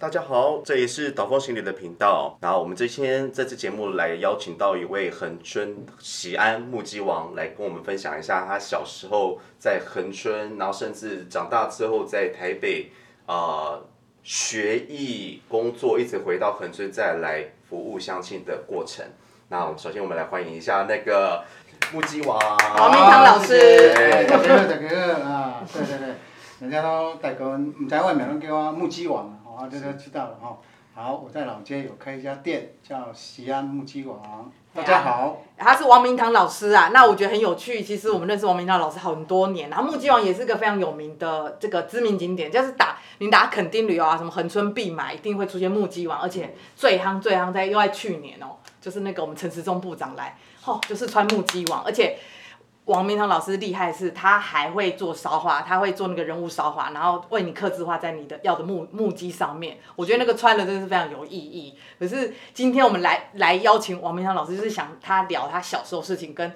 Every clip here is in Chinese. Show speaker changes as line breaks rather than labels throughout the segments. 大家好，这里是导风行旅的频道。然后我们今天这次节目来邀请到一位恒春喜安木屐王来跟我们分享一下他小时候在恒春，然后甚至长大之后在台北啊、呃学艺工作，一直回到恒春再来服务乡亲的过程。那我们首先我们来欢迎一下那个木屐王
黄明堂老师
对
大家好，大家好啊！对对对，人家都大哥，唔知外面拢叫我木屐王啊，哦，这就知道了哈、好，我在老街有开一家店，叫西安木屐王。大家好，
他是王明堂老师啊，那我觉得很有趣。其实我们认识王明堂老师很多年，然后木屐王也是个非常有名的这个知名景点，就是打你打垦丁旅游啊，什么恒春必买，一定会出现木屐王，而且最夯最夯在又在去年哦，就是那个我们陈时中部长来，哦，就是穿木屐王，而且王明堂老师厉害是，他还会做烧花，他会做那个人物烧花，然后为你刻字化在你的要的木木屐上面。我觉得那个穿的真的是非常有意义。可是今天我们来来邀请王明堂老师，就是想他聊他小时候事情，跟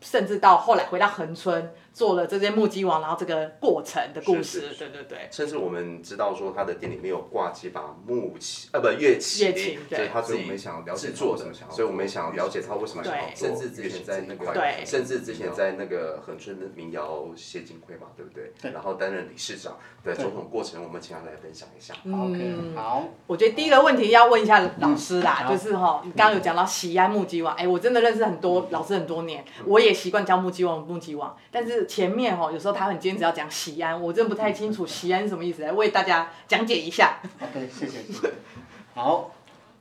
甚至到后来回到恒春做了这些木屐王，然后这个过程的故事。
是是是
对对对，
甚至我们知道说他的店里面有挂几把木琴，呃，不乐器，
乐器对
所以他自
所以
己
我们想了解
制
他为
作的
什么想，要
所以我们想了解他为什么想要
对
做，甚至之前在那
乐器
块，
对
甚至之前在那个恒春的民谣协进会嘛，对不对？
对
然后担任理事长的种种过程，我们请他来分享一下。
好 OK，好，
我觉得第一个问题要问一下老师啦，
嗯好
就是哈，你刚刚有讲到喜安木屐王，哎、我真的认识很多老师很多年，
嗯
我也习惯叫木屐王木屐王，但是前面哈有时候他很坚持要讲喜安，我真的不太清
嗯
楚喜安是什么意思，来为大家讲解一下。
OK，谢谢谢谢。好，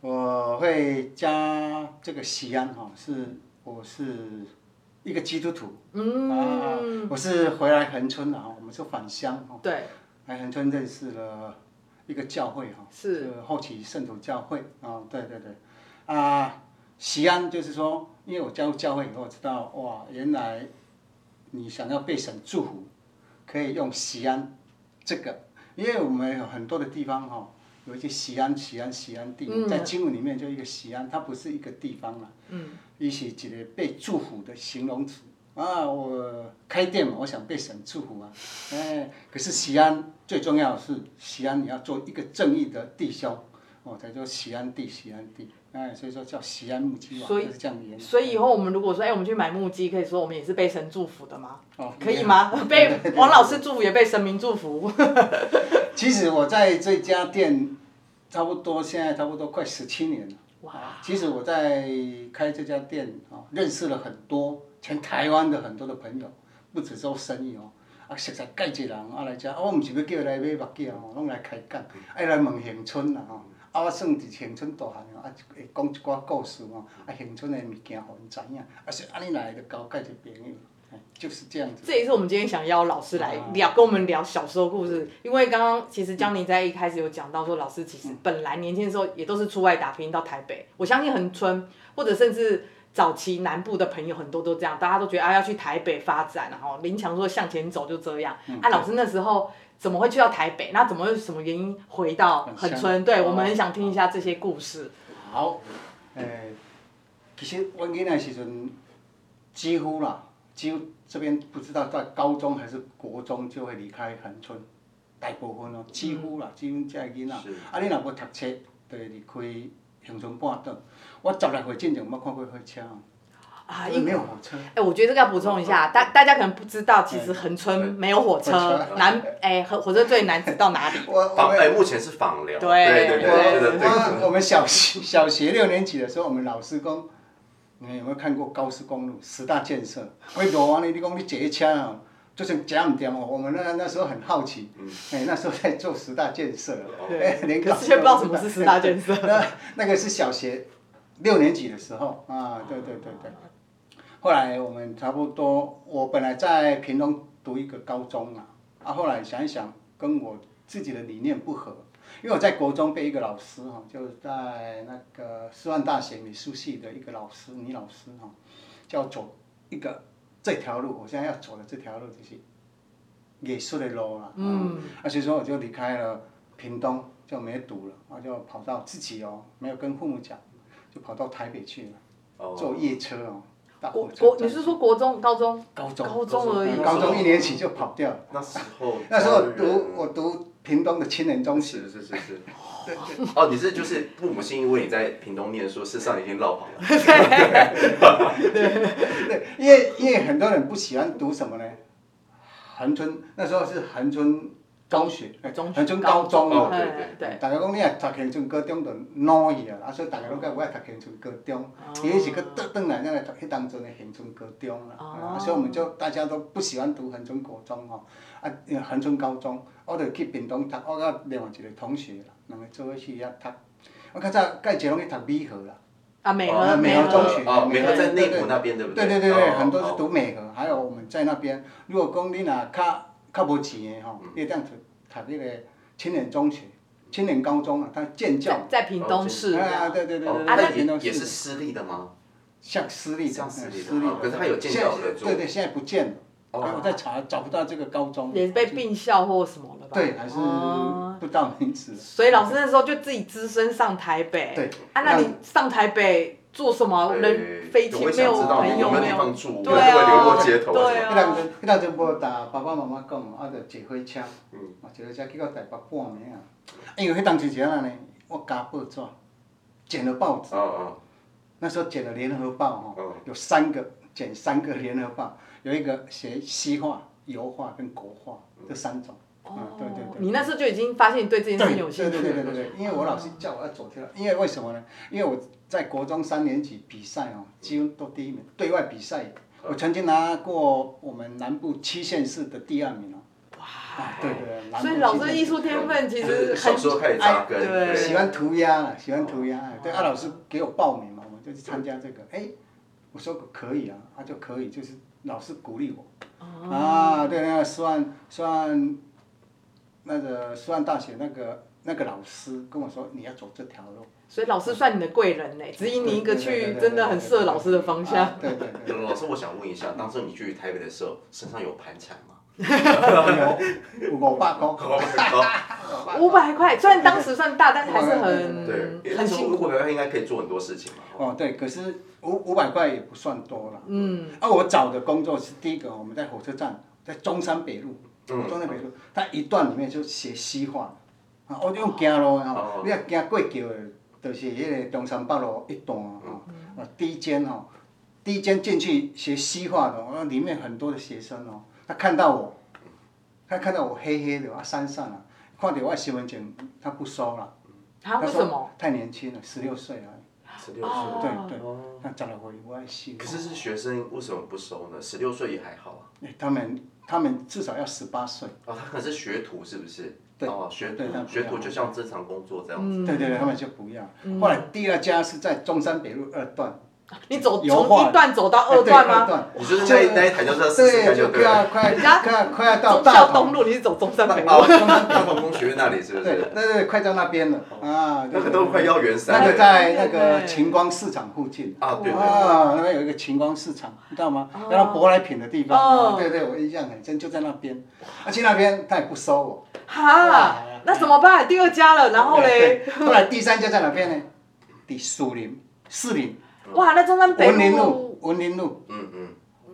我会加这个西安哈，是我是一个基督徒，啊
嗯，，
我是回来恒春啊，我们是返乡哈。
对，
来恒春认识了一个教会哈，
是
这个后期圣徒教会啊、对对对，啊，西安就是说，因为我加入教会以后，知道哇，原来你想要被神祝福，可以用西安这个，因为我们有很多的地方哈、有一些西安、西安、西安地，
嗯
在经文里面就一个西安，它不是一个地方啦，
嗯，
伊是一个被祝福的形容词啊。我开店嘛，我想被神祝福啊。哎，可是西安最重要的是西安，你要做一个正义的弟兄，哦，才叫西安地，西安地。哎，所以说叫西安木屐王，
所以
就是这样演。
所以以后我们如果说，哎、我们去买木屐，可以说我们也是被神祝福的吗？
哦
可以吗？被 王老师祝福，也被神明祝福。
其实我在这家店，差不多现在差不多快十七年了。
哇，
其实我在开这家店啊、哦，认识了很多全台湾的很多的朋友，不止做生意哦，啊，实在介济人啊来遮，啊，我毋是要叫伊来买目镜哦，拢来开讲，爱来问恒春啦吼，啊，我算伫恒春大汉哦，啊，会讲一寡故事哦，啊，恒春的物件互因知影，啊，是安尼来就交介济朋友，哎就是这样子。
这也是我们今天想邀老师来聊，
啊
跟我们聊小时候故事。因为刚刚其实江宁在一开始有讲到说，老师其实本来年轻的时候也都是出外打拼到台北。我相信恒春或者甚至早期南部的朋友很多都这样，大家都觉得啊要去台北发展，然后林强说向前走就这样。
嗯
啊，老师那时候怎么会去到台北？那怎么会什么原因回到恒春？
很香哦
对我们很想听一下这些故事。
好，诶、其实我囡仔时阵几乎啦，几乎这边不知道在高中还是国中就会离开恒春，大部分哦，几乎啦，几乎这个囡仔
是，
啊，你若无读册，就会离开恒春半岛。我十来岁之前毋捌看过火车哦，
啊，
因为
因
没
为
有火车。
哎、我觉得这个要补充一下，大大家可能不知道，其实恒春没有火
火
车
车，
南哎火火车最南直到哪 里？
我我
访
们
哎，目前是访聊，
对
对对对对对
我我们小学小学六年级的时候，我们老师讲，你们有没有看过高速公路十大建设？我罗完了，你讲你坐一车哦，就像讲唔掂哦。我们那那时候很好奇，哎、那时候在做十大建设，哎、连
可
搞
是却不知道什么是十大建设。
那那个是小学六年级的时候啊，对对对对。后来我们差不多，我本来在屏东读一个高中啊，啊，后来想一想，跟我自己的理念不合，因为我在国中被一个老师哈、就是在那个师范大学美术系的一个老师，女老师哈、叫走一个这条路，我现在要走的这条路就是艺术的路啦、啊，
嗯，
啊，所以说我就离开了屏东，就没读了，我就跑到自己哦，没有跟父母讲，就跑到台北去了，
哦
坐夜车哦，大
国
火车
国，
站
你是说国中、高中？
高中
高中而已。
高中一年级就跑掉了。
哦那时候
那时候我
家
读
人
我读屏东的青年中学，
是是是是，哦，你是就是父母亲因为你在屏东念书，事实上已经落跑了。
对，因为因为很多人不喜欢读什么呢？恒春那时候是恒春中学，哎
中学
恒春高中
高中。
哦
对
嘿对，
大家讲你若读恒春高中就烂去啊，啊所以大家拢讲我要读恒春高中，
哦
伊、是去倒转来咱来读迄当阵的恒春高中啦、
哦
啊，所以我们就大家都不喜欢读恒春国中吼，啊因为恒春高中，我就去屏东读，我甲另外一个同学啦，两个做伙去遐读，我较早介绍拢去读美和啦，
啊，美
哦
和
啊美和
和
中学
哦，
美
美
和
和在
对
内
对
湖那边，对不
对
对
对对对，
哦
很多是
哦
读美和，还有我们在那边，如果讲你若较较无钱的吼，
嗯
你当读读迄个青年中学、青年高中啊，它建教
在。在屏东市。
啊，对对对
哦
对，
啊
对
那
屏东
也也
市
是私立的吗？
像私立的，
像私
嗯
立的
私立
哦可是它有建
现在
教合作
对对，现在不见了。
哦
我在查，找不到这个高中。
也是被并校或什么了吧？
对，还是
哦
不到名字。
所以老师那时候就自己只身上台北。
对
啊，那你上台北做什么？人飞机
我也
没
想
有
知道
朋
你
友
有没
没
有地方住，
对
会不会流落
啊，
街头啊
对
什么
迄当
啊。
阵，迄当阵无搭爸爸妈妈讲，啊，着坐火车，
嗯
啊，坐火车去到台北半暝啊。因为迄当时是安尼，我加报纸，剪了报纸。
的？哦
那时候剪了《联合报》
嗯
哦，有三个剪三个《联合报》，有一个写西画、油画跟国画这三种。啊，对对对。
哦你那时候就已经发现你对这件事情有兴
对
趣。
对对对对，因为我老师叫我要走这条，因为为什么呢？因为我在国中三年级比赛哦，几乎都第一名，对外比赛，我曾经拿过我们南部七县市的第二名哦。哇！对对，南部
所以老师的
七县市
艺术天分其
就是
实
小
很
时候开始扎根，
哎对
喜欢涂鸦啦，喜欢涂鸦。哎对，啊，
哦
老师给我报名嘛，我就去参加这个。哎，我说可以啊，他、就可以，就是老师鼓励我。
哦
啊，对，那个师范师范那个师范大学那个那个老师跟我说，你要走这条路。
所以老师算你的贵人呢，指引你一个
对对
去
对
真的很适合老师的方向。
啊对对对，
对老师，我想问一下，当时你去台北的时候，身上有盘缠 吗？
有有五百块。
哦五百块，虽然当时算大，但是还是很
对，因为那
很
时候
辛
如
苦。
果表演应该可以做很多事情嘛。
哦，对，可是五五百块也不算多了。
嗯，
啊，我找的工作是第一个，我们在火车站，在中山北路，
嗯
中山北路，它一段里面就写西化，啊，我用行路的
哦
吼，你若行过桥的，就是迄个中山北路一段吼，
嗯
啊，第一间吼，第一间进去学西化的，然后里面很多的学生哦，他看到我，他看到我黑黑的啊，山上啊，看到我的身份证，他不收了，
他啊为
说
什么？
太年轻了，十六岁而已，
十六
哦
岁，
对对，那长了回我爱西
可是是学生为什么不收呢？十六岁也还好啊。
哎他们他们至少要十八岁，
哦，他可能是学徒是不是？
对
哦，学徒
对他不一样嗯
学徒就像正常工作这样子。
嗯
对对对，他们就不要。后来第二家是在中山北路二段，
你走从
油画哎
一段走到啊二段吗？
吗
你就是那那一台叫做四十
对，
台就
就
对
快
了。
要 快
人家
要快要快要到
忠
大
孝东
同，
路，你是走中山北 路。
哦，大同工学院那里是不
对
是
对？对，快到那边了啊！
哦
对
那个都快要圆山
那
了。
个在那个晴光市场附近。
啊，对对对。
啊，那边有一个晴光市场，你知道吗？
哦
那舶来品的地方，
哦
啊对对，我印象很深，就在那边。而且那边他也不收我。
哈，那怎么办？第二家了，然后嘞，
对，后来第三家在哪边呢？第树林、士林、
哇，那中山北
文林
路
路、，文林路。
嗯嗯，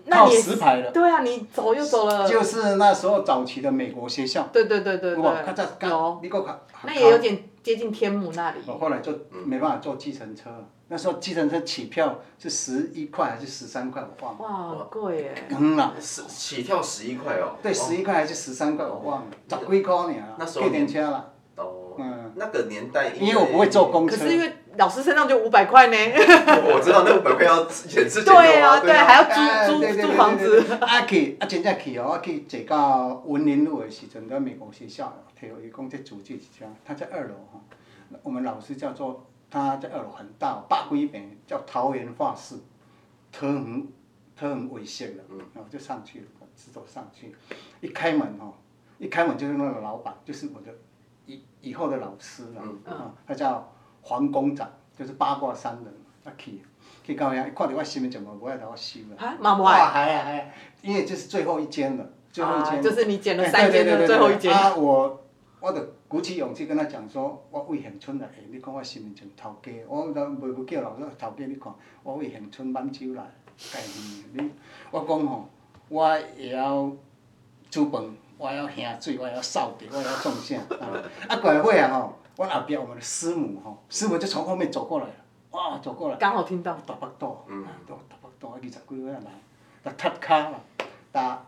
那你也
靠石牌了
对啊，你走又走了，
就是那时候早期的美国学校，
对对对对
哇，咔嚓
对，
咔
有，，
你够卡，
那也有。点接近天母那里。
我后来就
嗯
没办法坐计程车了，那时候计程车起票是十一块还是十三块，我忘了。
哇，很贵耶！
嗯啦，
十起跳十一块哦。
对，十一块还是十三块，我忘了，十几块呢啊，
那时候
计程车啦，
哦。
嗯
那个年代，
因为我不会坐公
可
车。
是因为老师身上就五百块呢，
我知道那个本费要演之前用
对啊，对，
对
还要
啊
租
对
租
对
租
对
房
对
子
对。对啊去啊，真正去哦，我去坐到文林路的时阵，在美国学校，哦体育讲这主治一家，他在二楼哈，我们老师叫做他在二楼很大，八几平，叫桃园画室，特很特很危险的，然后就上去了，直走上去，一开门哦，一开门就是那个老板，就是我的以以后的老师了，啊，他叫黄公长，就是八卦山人，啊去。去到遐，看到我身份证无，无爱甲我收了。
啊，妈妈，
哇，还啊还啊，因为这是最后一间了，最后一间、哎
啊就是你捡了三间的最后一间
对对对对对啊，我我就鼓起勇气跟他讲说，我为恒春来的，你看我身份证头家，我都袂要叫老师头家，你看我为恒春满洲来的，概念。你我讲吼，我会晓煮饭，我会晓烹水，我会晓扫地，我会晓种啥。啊，啊，过来会啊吼，我后壁我们的师母吼，师母就从后面走过来了，哇，走过来。
刚好听到
大腹肚，啊大大腹肚，啊二十几岁人，打踢骹啦，打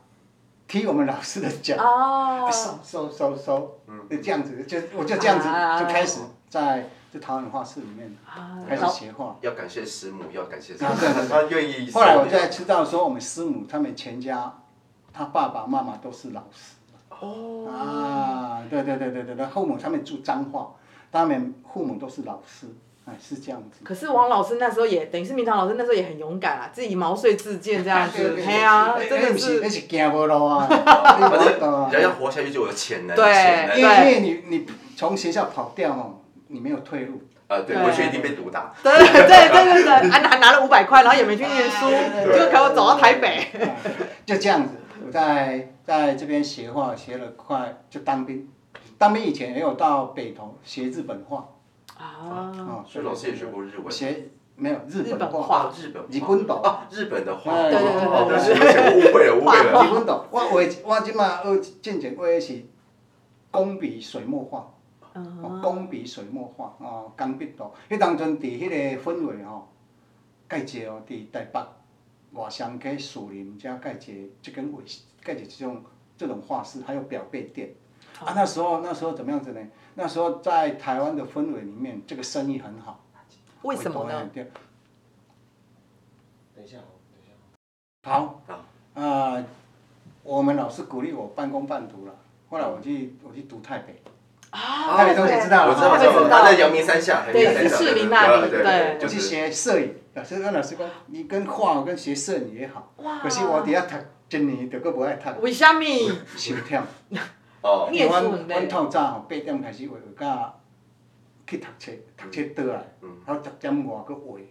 踢我们老师的脚，
哦
啊，收收收收，就这样子，就我就这样子
啊
就开始在就桃园画室里面
啊
开始
老
学画。
要感谢师母，要感谢师
啊对对
母，
对
他愿意送你。
后 来我才知道说，我们师母他们全家，他爸爸妈妈都是老师。
哦，
啊，对对对对对对，后母他们住彰化，他们父母都是老师，哎，是这样子。
可是王老师那时候也等于是明堂老师那时候也很勇敢啊，自己毛遂自荐这样子，
对
嘿啊，
对对
真
哎那
的
不是那
是
是惊无路啊，你
反
无路
正
啊。
人要活下去就有潜能，
对
潜
因
能。
为
对
因为你你从学校跑掉哦，你没有退路。
呃，对，
对
回去一定被毒打。
对对对对对，啊拿拿了五百块，然后也没去念书，
对
就给我走到台北。
啊就这样子，我在在这边学画学了快就当兵，当兵以前也有到北投学日本画
啊，
啊，
所以老师也学过日文。
学没有哦日
日
本
本
画，
画
啊，日本话
日本岛
啊，日本的话，
对对对
哦
对
对不起，我误会了，误会
画
了。
日本岛，我我我即马学进前我也是工笔水墨画。哦，
嗯
工笔水墨画哦，钢笔图。迄当阵伫迄个氛围吼，介济哦，伫台北外商街树林遮介济即间画，介济即种这种画室，还有表背店。
哦
啊，那时候那时候怎么样子呢？那时候在台湾的氛围里面，这个生意很好。
为什么呢？？
对，
等一下哦，等一下哦。
好，
好
呃，我们老师鼓励我半工半读了。后来我去我去读台北，
啊
台北中学知道
我
了，
知道，我
他们
知
知道
道，他在阳明山下，
对
阳明山
是
下
士林那里
对
对
我
就
去
是
学摄影，老师跟老师讲，你跟画我跟学摄影也好
哇，
可是我底下读一年就搁无爱读，
为什么？
伤忝。
哦，
念书
因为
很累
阮阮透早吼八点开始画画到去读册，读册倒来
嗯，
然后十点外搁画，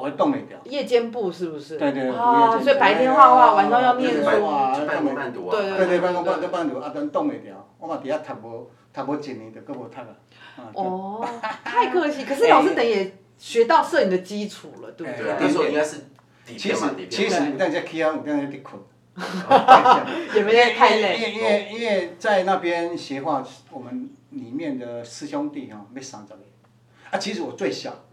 画挡袂牢。
夜间部是不是？
对对对
啊，
夜间部
所以白天画画，晚上要念
就
对
半
对
书。
哇
就半工半读啊。
对
对对，办公办都办到啊，咱挡袂牢。我嘛底下读无读无一年就搁无读啊。啊对
哦，太可惜。可是老师等于也学到摄影的基础了，对不
对啊，
对？
那时候应该是底
其
片
实
嘛，底
其
片。
实有当时起啊，有当时伫困。
也没有太累。
因为因为因为在那边学画，我们里面的师兄弟哈、哦，没三十个，啊，其实我最小，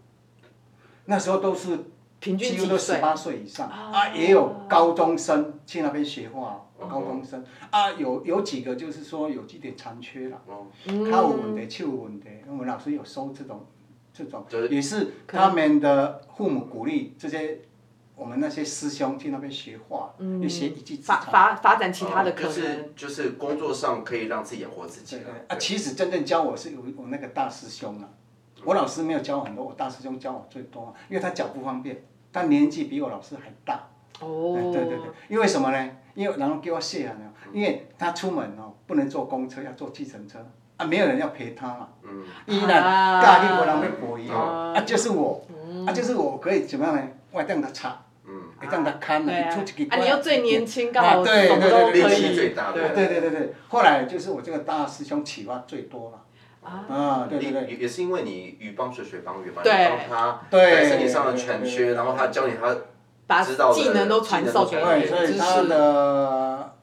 那时候都是
平均
几
几
乎都十
岁？
八岁以上
啊
啊，也有高中生去那边学画
哦，
高中生啊，有有几个就是说有几点残缺了，
哦，
嗯
他有问题，手有问题，我们老师有收这种这种
就是，
也是
可能
他们的父母鼓励这些我们那些师兄去那边学画，
嗯
一些一技之
发
长。
发发展其他的可
就是
能。
就是工作上可以让自己养活自己
对
了。
啊，其实真正教我是我我那个大师兄啊，
嗯
我老师没有教我很多，我大师兄教我最多啊，因为他脚不方便，他年纪比我老师还大。哎
哦，
对对对，因为什么呢？因为然后给我卸
嗯
了，因为他出门哦不能坐公车，要坐计程车啊，没有人要陪他嘛。
嗯，
伊若家己无人要陪伊
啊
哦，啊就是我，
嗯
啊就是我可以怎么样呢？我当他插，
嗯，
会当他看
对
呢，
啊
出一个。
啊，你又最年轻，刚
啊
好
对
什么都
对
可
力气最
以。
大
对
的。
对对对，后来就是我这个大师兄启发最多了。
啊，
啊，对对对。
也也是因为你鱼帮水，水帮鱼嘛，你
对
帮他
对
在身体上的欠缺，然后他教你他
把
知道的
技能都传授给
对
对，所
你，
以
知
他
识。
的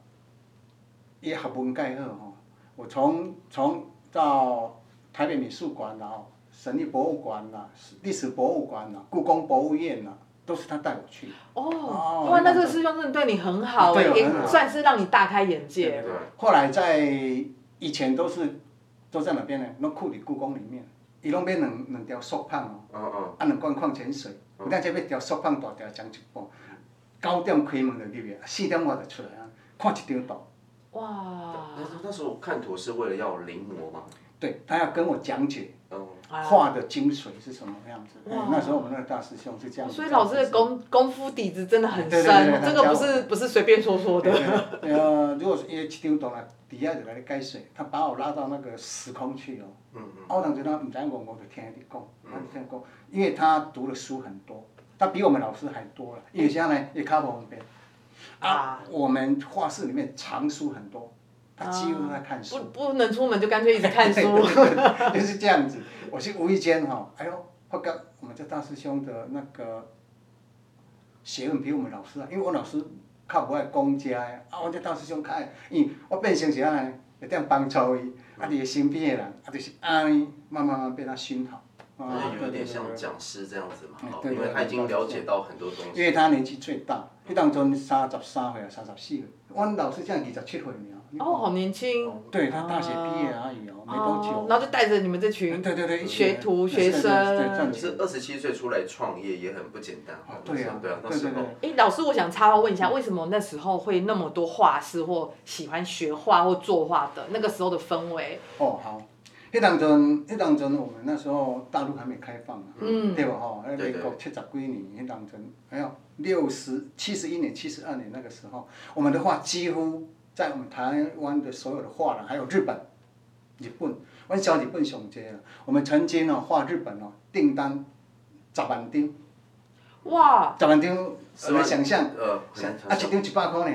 也学文盖赫哦，我从从到台北美术馆啦、哦，省立博物馆啦、历史博物馆啦、故宫博物院啦、都是他带我去。
哦
哦，
哇，那这个师兄真的对你很好，哎
对我
也
很好
算是让你大开眼界。
对，
后来在以前都是都在哪边呢？拢库里故宫里面，伊拢买两两条塑棒哦，
嗯嗯，
啊两罐矿泉水，
嗯
有当这要条塑棒大条将一半，九点开门就入去，四点外就出来啊，看一张图。
哇
那，时候那时候看图是为了要临摹嘛，
对他要跟我讲解
嗯，
啊
画的精髓是什么样子。
哇
哎那时候我们那个大师兄是这样子。
所以老师的功功夫底子真的很
对对对
深，
对
这个不
他教
是不是随便说说
对。
的。
对对呃，如果是因为一张图来底下就来咧解说，他把我拉到那个时空去哦。
嗯
啊我当时他唔知我，我就听你讲，我就听讲，因为他读的书很多，他比我们老师还多了。因为现在呢也较不方便。
啊
啊，我们画室里面藏书很多，他几乎都在看书
不。不能出门就干脆一直看 书。
就是这样子。我是无意间哈、哎呦，发觉我们这大师兄的那个学问比我们老师啊，因为我老师靠我的公家的，啊，我这大师兄较爱，因为我变成是安尼，会当帮助
嗯
伊，啊，伫身边的人，啊，就是安尼慢慢慢被他熏好。啊，
嗯那有一点像讲师这样子嘛，
嗯
哦
对
因为他已经了解到很多东
因
西。
为他年纪最大，迄当阵三十三岁啊，三十四岁，阮老师才二十七岁尔。你看
哦，好年轻，
对他大学毕业而已哦，没多
哦
久。
然后就带着你们这群
嗯对对对，
学徒
对
学
对对对
生
对。赚
可
钱
是二十七岁出来创业也很不简单
哦，
那
对
时
啊
候对啊，那
对
时
对
候
对
哎，老师，我想插话问一下，为什么那时候会那么多画室或喜欢学画或作画的？那个时候的氛围，
哦，好。迄当阵，迄当阵，我们那时候大陆还没开放啊，
嗯
对吧？吼，那
对
民
对
国七十几年，迄当阵，还有六十七十一年、七十二年那个时候，我们的画几乎在我们台湾的所有的画廊，还有日本、日本，阮小日本上街了。啊我们曾经哦画日本哦订单十万张，
哇，
十万张，
十
你
万
们想象，
呃，
想
很
啊一张一百块尔，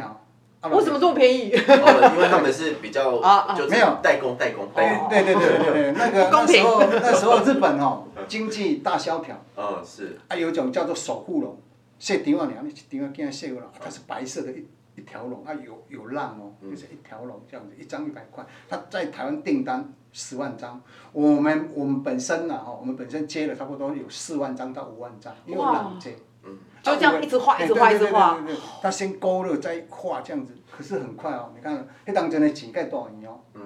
啊
为什么这么便宜？
哦，因为他们是比 较
啊啊
就是
没有
代工代工代
对
工，
对对对对对，那个
不公
那时
平
候那时候日本哦经济大萧条，
嗯是，
啊有一种叫做守护龙，细条啊尔，你一条啊见细有龙，它是白色的一一条龙，啊有有浪哦，就是一条龙这样子，一张一百块，它在台湾订单十万张，我们我们本身呢、啊、哈，我们本身接了差不多有四万张到五万张，因为我们
哇
懒接。
嗯
就这样一直画，一直画，一直画
对。对对对对对他先勾勒再画这样子，可是很快哦，你看，迄当阵的钱该多少钱哦？
嗯，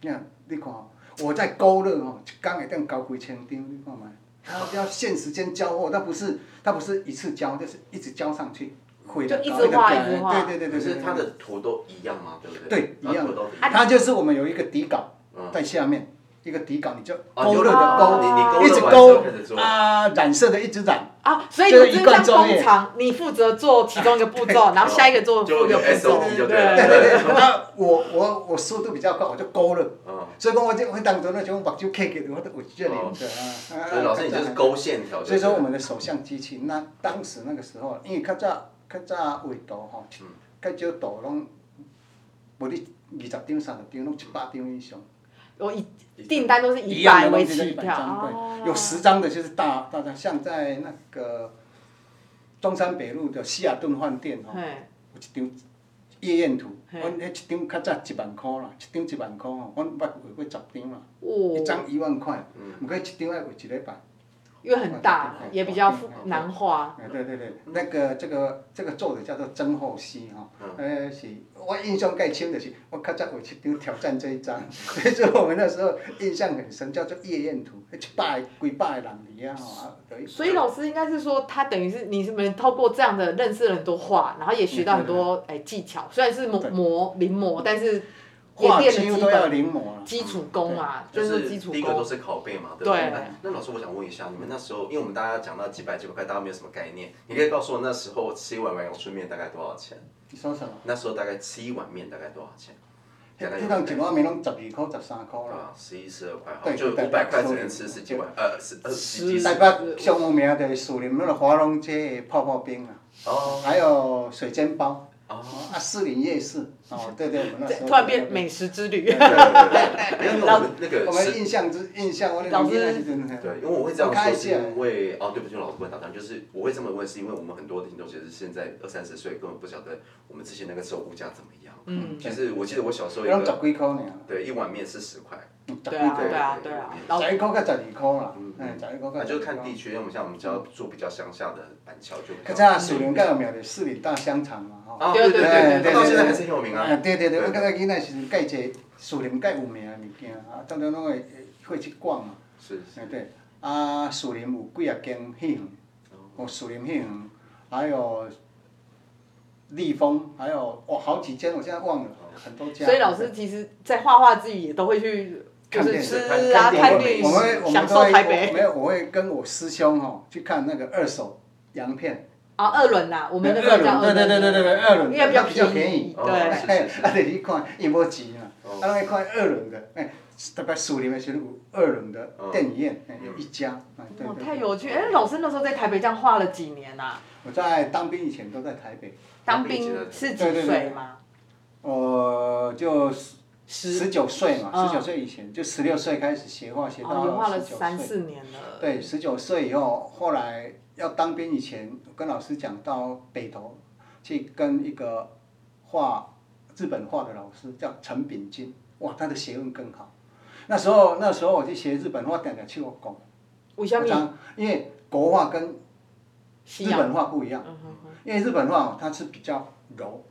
你看，你看哦，我在勾勒哦，一工会当交几千张，你看嘛，他要限时间交货，他不是他不是一次交，就是一直交上去，会的
就一直画
那个
一直画
对对对
可
对对
是
对，
他的图都一样嘛，对不对？啊
对一样
他的图都一样。
他就是我们有一个底稿
嗯
在下面，一个底稿你就
哦你
勾勒
有
的
勾，你你勾勒
勾，一直
完之后开始
勾
做
啊，染色的一直染。
啊，所以你们
就是
这
一贯
像
专
工
业
厂，你负责做其中一个步骤，然后下一个做
就
负责
有
步骤
SOP，就对了
对
对对对，那我我我速度比较快，我就勾了。
嗯，
所以讲，我这我当中那种目睭开开，我都有这样子啊。
哦所以老师你就是勾线条，
所以说，我们的手相机器，那当时那个时候，因为较早较早画图吼，较少图拢，无你二十张、三十张，拢一百张以上。
我一订单都是
一
以
样
百
的
为
东西就
起
一百
跳，
张，
哦
对，有十张的就是大大张，像在那个中山北路的西雅顿饭店吼。
嘿
有一张夜宴图，
嘿
阮迄一张较早一万箍啦，一张一万箍吼，阮捌画过十张啦，
哦
一，张一万块
嗯，
毋过一张爱画一礼拜。
因为很大
对对，对
也比较
对对对
难画。
哎，对对对，那个这个这个作者叫做曾厚熙吼，呃是，我印象较深的是，我较早有一张挑战这一张， 所以说我们那时候印象很深，叫做夜宴图，迄一百几百个人伫遐吼，啊，就
所以老师应该是说，他等于是你们透过这样的认识了很多画，然后也学到很多哎技巧，虽然是磨
对嗯
磨临摹，但是也
画
练了
几
基
乎都要
本
临摹啦。
基础功啊，
就
就是
是
基础
第一个都
功。
是拷贝嘛，对不
对
那那老师，我想问一下，你们那时候，因为我们大家讲到几百几百块，大家没有什么概念，你可以告诉我那时候吃一碗丸阳春面大概多少钱？
你说什么？
那时候大概吃一碗面大概多少钱？大概
迄当一碗面拢十二箍、十三箍啦。
啊，十一十二块，好，
对
就
对
五百块只能
对
吃十几碗，呃，十二十几
十
十
台北上有名就是树林那个华龙街的泡泡冰啊，
哦
还有水煎包，
哦，
啊，士林夜市，哦，对对，我们那时候
突然变美食之旅，
对对对对，因为我们那
我
个
们
是。
印象之印象，我那
老
个
师
印象是真的。
对，因为我会这样
开
说，
一
是
下
因为哦，对不起，老师不会打断，就是我会这么问，是因为我们很多听众其实现在二三十岁，根本不晓得我们之前那个时候物价怎么样。
嗯，
其实我记得我小时候一
拢十
个
几箍尔，
对一碗面是十块，
对啊，
对
对啊，对啊，然后
十一箍到十二箍啦
嗯，
哎，十一箍
那
到十
就是
二箍。
看地区，因为我们像我们只要住比较乡下的板桥就比
较
较。
早树林较有名就是士林大香肠嘛，吼。
啊，
对
对
对
对
对
对，到现在还是很有名啊。
嗯对对对，我感觉囡仔时阵介济树林介有名的物件，啊，当然拢会会去逛嘛。
是
哎对，啊，树林有几啊间戏园，哦，树林戏园，还有立丰，还有哦，好几间，我现在忘了，
哦
很多家。
所以老师其实，在画画之余也都会去，就
看
是
电
吃
视
啊、
看电
看
影
电
我们会
影、
我们
享
都
受
会
台
我
北
没有，我会跟我师兄哦去看那个二手洋片，
啊，二轮呐，我们那
二
个叫
轮，对对对对对对，二轮
因为比较
比较
便
便
宜
宜，
哦
对
是
哎，啊，得去看伊无钱嘛，
哦
啊，咱去看二轮的，哎，特别树林的时候有二轮的
哦
电影院，哎，
嗯
有一家，哎，对
哇，
对
太
对。
有趣！哎，老师那时候在台北这样画了几年啊？
我在当兵以前都在台北，
当
当兵
兵是
对
几
对对
岁嘛？
我就十九岁嘛，
嗯
十九岁以前就十六岁开始学画，学
哦，也
到
画了
十九
三
岁。
四年了。
对，十九岁以后，后来要当兵以前，我跟老师讲到北投去跟一个画日本画的老师叫陈炳金，哇，他的学问更好。那时候那时候我去学日本画，点点去我讲，
为什
我
么？
讲因为国画跟
西
日
洋。
本画不一样，
嗯哼哼
因为日本画哦它是比较柔，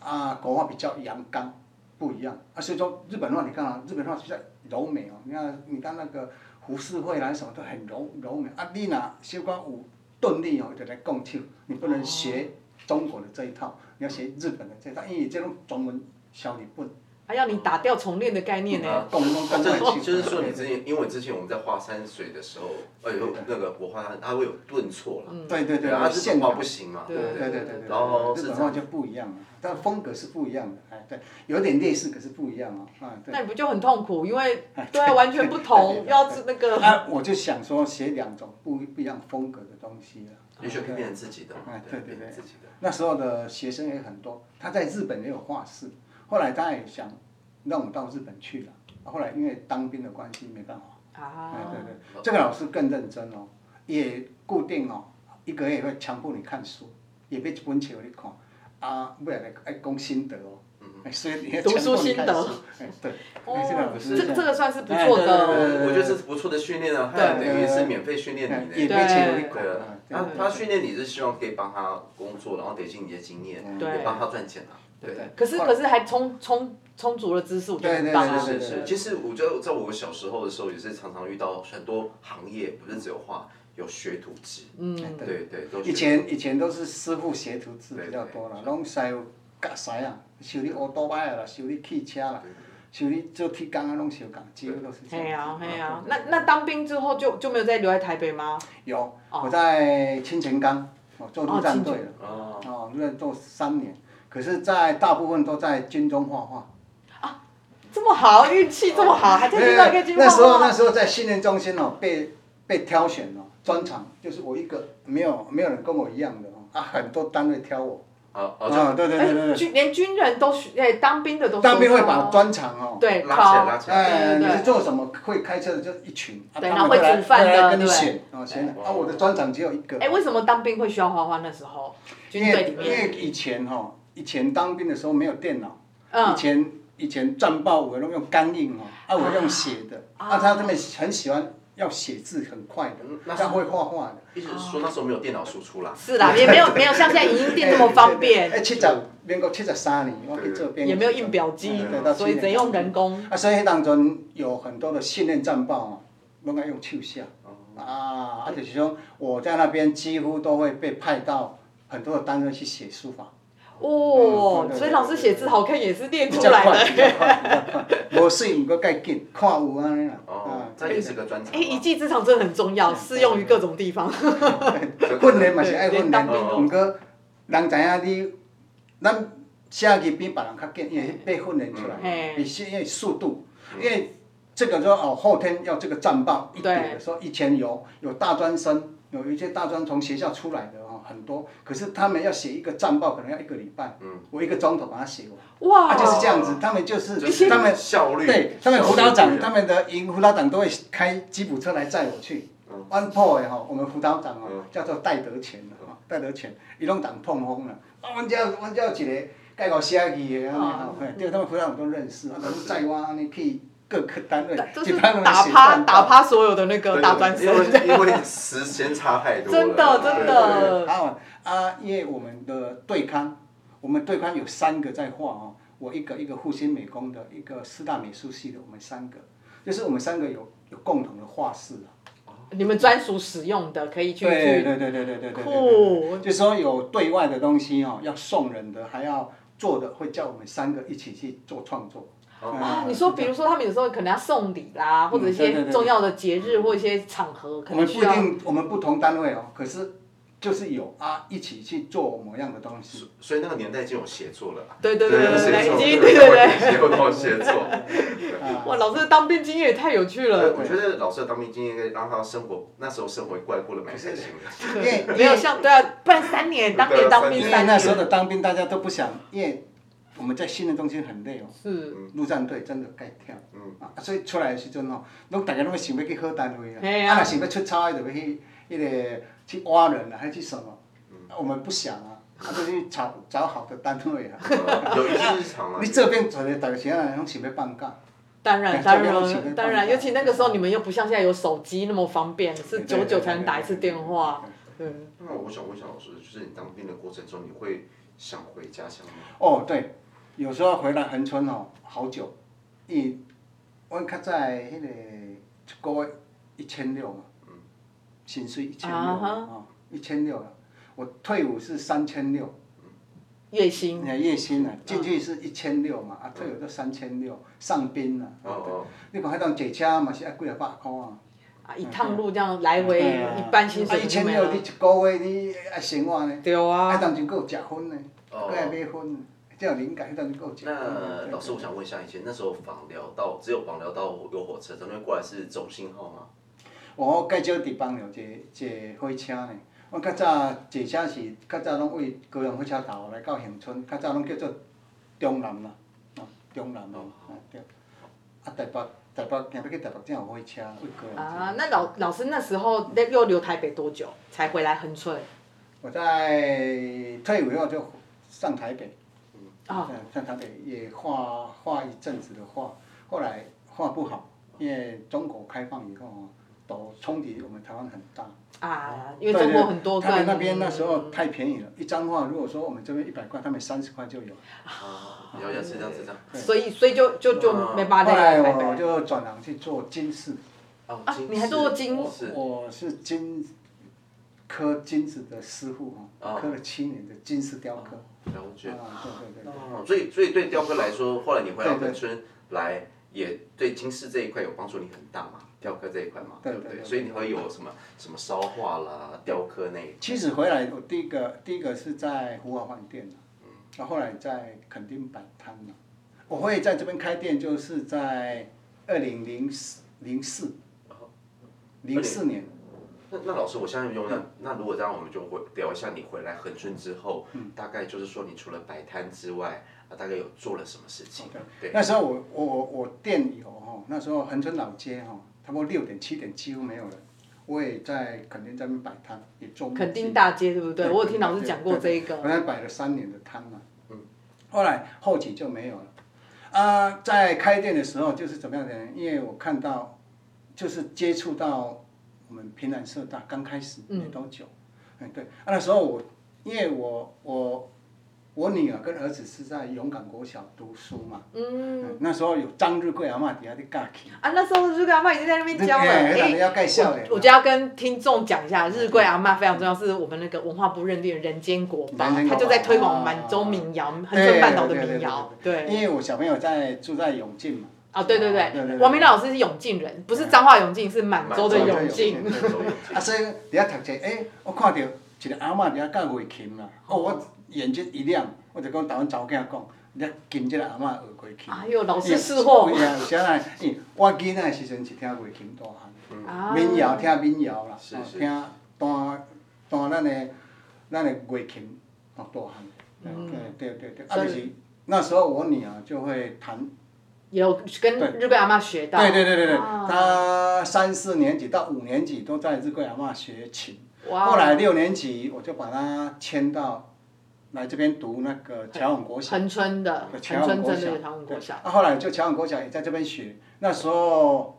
啊，国画比较阳刚，不一样。啊，所以说日本画你看啊，日本画比较柔美哦。你看，你看那个浮世绘来什么都很柔柔美。啊，你若小可有钝力哦，就来讲手，你不能学中国的这一套，你要学日本的这一套，因为这种中文小日本
还啊要你打掉重练的概念呢、
啊
共同共
这
同性
就是说，你之前，因为之前我们在画山水的时候，呃，有那个国画，它会有顿挫了。
嗯
嗯
对对对，
啊，日
现
本画
代
不行嘛，
对
不
对对对对，
然后
日
是
本话就不一样了，但风格是不一样的，哎，对，有点类似，可是不一样哦，啊，对。
那你不就很痛苦？因为
哎
对啊完全不同，要是那个
啊，我就想说写两种不不一样风格的东西了。
也许可以变成自己的嘛
哎，对对
变成
对
自己的。
那时候的学生也很多，他在日本也有画室，后来他也想让我到日本去了，后来因为当兵的关系没办法。
啊
哎，，对对，这个老师更认真哦，也固定哦，一个月会强迫你看书，也别一本书你看，啊，不然来讲心得哦。
嗯
哎所以你要强迫你看
读书心，
哎，对，哎这个
哦
老，师
这这个算是不
哎
错的，哦
我觉得这
呃
是不错的训练啊，它等于是免费训练你
也
呢。
别钱你管
对啊
啊，，
他他训练你是希望可以帮他工作，然后累积你的经验，
对
也帮他赚钱啊。对。
嗯对
可是可是还充充充足了知识，我觉得很棒啊。
对
是
对
是，
对
其实我觉得在我小时候的时候，也是常常遇到很多行业，不是只有画，有学徒制。
哎
嗯，
对对，都
以
学
前以前都是师傅学徒制比较多啦
对，对
拢师傅教师啊，修理奥多麦啦，修理汽车啦，修理做铁工啊，拢相共，几乎都是这
嘿
样。
呀嘿呀，那那当兵之后就就没有再留在台北吗？
有，我在清泉岗，我做陆战队了，
哦，
哦，陆战做三年，可是，在大部分都在军中画画。
这么好，运气这么好，还在遇到一啊个军
那时候
方
那时候在训练中心哦，被被挑选哦，专场就是我一个，没有没有人跟我一样的哦，啊，很多单位挑我。
哦哦，
啊，对对对对
哎，
对，
军连军人都需哎当兵的都
当兵会把
说
专场哦。
对
拉起来
考
拉起来，
哎，
对对
你
对
是做什么？会开车的就一群，啊
对
他
然后
们
会
来
煮饭
会来
的
跟你
对
选啊，选的啊，我的专长只有一个。
哎为什么当兵会需要花花？那时候军
因
队
为
里
因
面，
为以前哈，以前当兵的时候没有电脑，以
嗯
前以前战报我都用钢印哦，啊我用写的，啊他他们很喜欢要写字很快的
嗯，那
这
是
样会画画的。
意思是说那时候没有电脑输出啦。
是啦，也没有没有像现在影音店那么方便。
哎，七十民国七十三年，我去做编辑
也没有印表机
嗯对到，
所以
七
只
年
能用人工。
啊，所以迄当中有很多的训练战报哦，拢爱用手写。
哦
啊，啊就是说我在那边几乎都会被派到很多的单位去写书法，
哦
嗯对，对
所以老师写字好看也是练
比
出
较
来
快，比
的。
较快，比较 快。无水毋过介紧，看有安尼啦。
哦
啊，，
这也是个专长
哎，一
嘛。
技之长真的很重要，适用于各种地方。
训练嘛是爱训
对连当
练，
兵都
毋过人知影你，咱写字比别人较紧，因为被训练出来
嘿，
比是因为速度，因为这个说哦后天要这个战报一点的时候，以前有有大专生，有一些大专从学校出来的哦很多，可是他们要写一个战报可能要一个礼拜，
嗯
我一个钟头把它写完，
哇
啊，就是这样子，他们就是
就是
他们
效率，
对，他们辅导
效
长，
率啊
他们的营辅导长都会开吉普车来载我去。安破的吼，我们辅导长哦
嗯，
叫做戴德全的吼，戴德全，伊拢当碰风了。啊，阮遮阮遮有一个介个写字的安尼
啊
吼，嘿对，他们辅导长都认识，啊，都是载我安尼去各个单位
就，
一
是
般拢
打
写
趴
战
打
报。
趴所有的那个大专
因为
生。
因为时间差太多了，
真的真的
对对对
啊啊，因为我们的对刊，我们对刊有三个在画哦，我一个一个复兴美工的，一个师大美术系的，我们三个，就是我们三个有有共同的画室啊。
你们专属使用的可以去
对
去
对对对对对对对
酷
对，就说有对外的东西哦，要送人的，还要做的，会叫我们三个一起去做创作。
啊
嗯！
你说，比如说他们有时候可能要送礼啦，或者一
嗯对对
些
对
重要的节日或一些场合，可
我
能
们不
需
一
要。
定，我们不同单位哦，可是就是有啊，一起去做某样的东西。
所以那个年代已经有协作了啦。
对对对对对，
协
已
作对
经对对对。
对，有到协作。
哇，老师的当兵经验也太有趣了。
我觉得老师的当兵经验让他生活那时候生活过过得蛮开心的。
因为啊
没有像对啊，不然三年当年当兵
因为
三
那时候
年
的当兵，大家都不想，因为我们在训练中心很累哦，
是，
陆战队真的该跳。
嗯
啊，所以出来的时阵吼，拢大家拢想要去好单位啊
嘿，啊
啊，若想要出差就要去迄个去挖人啊，还去什么？我们不想啊，他就去找找好的单位 啊。
有一技之长啊
你。这边找的大学啊，拢想要放假，
当然，
哎
当
这边都请个
然，当
帮
然，
忙
尤其那个时候你们又不像现在有手机那么方便，是久久才能打一次电话。嗯对，
那我想问一下老师，就是你当兵的过程中，你会想回家乡吗？
哦，对，有时候回来恒春哦，好久，伊，阮较早迄个一个月一千六嘛，
嗯
薪水一千六
啊哈
哦，一千六啊，我退伍是三千六，
月薪
你看月薪
嗯
啊，进去是一千六嘛，啊退伍都三千六，上兵啊，
哦哦，
你讲迄趟坐车嘛是要几啊百块啊，
啊，一趟路这样来回一半薪水
啊一
就
千
没
六你
了
一。个月你爱生活呢，
对
啊
啊，
当时还有食薰呢，还爱买薰呢，才有灵感，迄当时还有食薰呢。
哦那老师，我想问一下，以前那时候访聊到只有访聊到有火车，咱们过来是总信号吗？
我介少伫放了坐坐火车呢。我较早坐车是较早拢为高雄火车头来到恒春，较早拢叫做中南啦，哦，中南咯，哦对。啊，台北台北行要去台北才有火车，为高雄
啊
站。，
那老老师那时候那又留台北多久才回来恒春？
我在退伍以后就上台北，
啊，
嗯上台北也画画一阵子的画，后来画不好，因为中国开放以后哦，都冲击我们台湾很大。
啊，因为中国很多嗯
对对他
个
们那边那时候太便宜了，一张画如果说我们这边一百块，他们三十块就有。
啊，聊聊是这样子这样。
嗯所以所以就就就没办法
啊后
再
来
来台
我
北。
就转行去做金饰，
哦
啊
金
你还
饰
做过金
哦是
我是金刻金子的师傅
哦
啊，刻了七年的金饰雕刻。
了解。
啊，对对对。
哦，所以所以对雕刻来说，后来你回到
对对
本村来，也对金饰这一块有帮助，你很大嘛，雕刻这一块嘛，
对
不
对
对？
对
所以你会有什么什么烧画啦、雕刻那一
其实回来我第一个第一个是在福华饭店嗯，然后后来在垦丁摆摊了。我会在这边开店，就是在二零零四零四零四年。
那那老师，我现在用那那如果这样，我们就回聊一下你回来恒春之后，
嗯
大概就是说你除了摆摊之外，啊，大概有做了什么事情？对，
那时候我我我我店有哦，那时候恒春老街哦，差不多六点七点几乎没有人，我也在垦丁这边摆摊，也做木屐
垦丁大街对不对？我有听老师讲过这一
对
个
对对我那摆了三年的摊嘛，后来后期就没有了。啊，在开店的时候就是怎么样的呢？因为我看到，就是接触到我们平南社大刚开始没多久，嗯，对，啊那时候我因为我我我女儿跟儿子是在勇敢国小读书嘛，嗯，那时候有张日贵阿嬷底下在教起，
啊，那时候日贵阿妈已经在那边教了。
哎那
哎
人家盖校嘞
我我就要跟听众讲一下，日贵阿妈非常重要，是我们那个文化部认定的人间国宝
人间，国
他
宝哦
就在推广满洲民谣、恒春半岛的民谣。
因
对，
为我小朋友在住在永靖嘛，
啊，对对
对对
对，
对
王明老师是永靖人，不是彰化永靖，是满洲的
满洲的
永靖
永。靖满洲永靖
啊，所以伫遐读册，诶、我看到一个阿嬷伫遐教月琴啦，哦，我眼睛一亮，我就跟台湾查某囝讲，你跟这个阿嬷学月琴。
哎呦，老师识货
有啊，有啥来？因为我囡仔的时阵是听月琴大汉，
啊！
民谣听民谣啦，
是
哦
是
听弹弹咱的咱的月琴，哦，大汉。对对对对，啊，
嗯所以
就是那时候我女儿就会弹
有跟
对
日贵阿妈学到。
对对对对对，
啊
他三四年级到五年级都在日贵阿嬷学琴，
哇
后来六年级我就把他迁到来这边读那个侨永国小，
恒春的，恒
侨永
春
国
真
小
的有，唐国小。
对啊后来就侨永国小也在这边学，那时候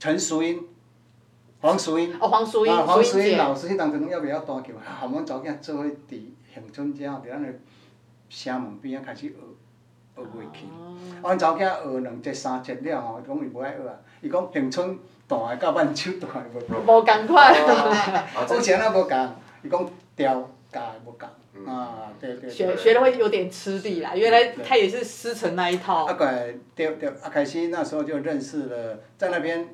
陈淑英、黄淑英。
哦，黄淑英
啊，黄，
淑
淑
英
英
姐，
老师迄当阵拢还袂晓弹琴，含阮查某囝做伙伫恒春遮，伫咱个城门边仔开始学学乐器。啊，阮查某囝学两节三节了吼，讲伊无爱学啊，伊讲恒春弹的甲阮手弹的无共，
无哦赶快。
哦
啊，这
我前啊无共，伊讲调教的无共，啊，对对对。
学学的会有点吃力啦，原来他也是师承那一套
啊，改对对，啊，凯西那时候就认识了，在那边，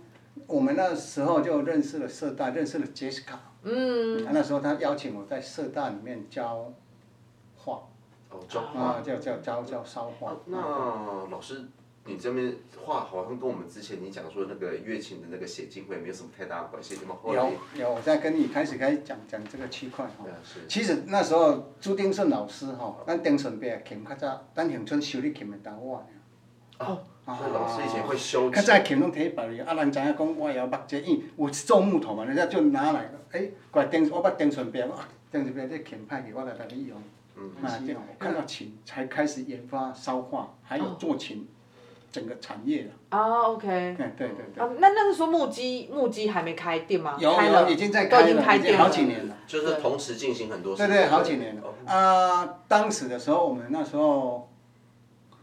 我们那时候就认识了社大，认识了杰西卡。嗯。那时候他邀请我在社大里面教画，
哦，中
啊
画。，
叫叫教教烧画。
哦那老师，你这边画好像跟我们之前你讲说那个乐琴的那个写进会没有什么太大的关系，怎么后来
有？有，我在跟你开始开始讲讲这个区块哈
对。啊是
其实那时候朱丁顺老师吼，咱丁顺伯的琴较早，咱恒春修理琴的单位。
哦
啊
所以老师以前会修
较
剪，
早琴拢摕去别位，啊，人知影讲我也有捌这，因为有一种木头嘛，人家就拿来，诶、怪丁，我捌丁顺伯，我丁顺伯这琴歹去，我来甲你用。
嗯
啊，这样我看到琴才开始研发烧化，还有做琴，整个产业了。
啊，OK，
哎，对对对。
啊，那那是说木鸡木鸡还没开店吗？
有
哦开
有
了
已经在
都
开
已经
了，
开
已经
店
好
了
几年了。
就是同时进行很多事
对
情。
对，好几年了
哦。
啊，当时的时候，我们那时候，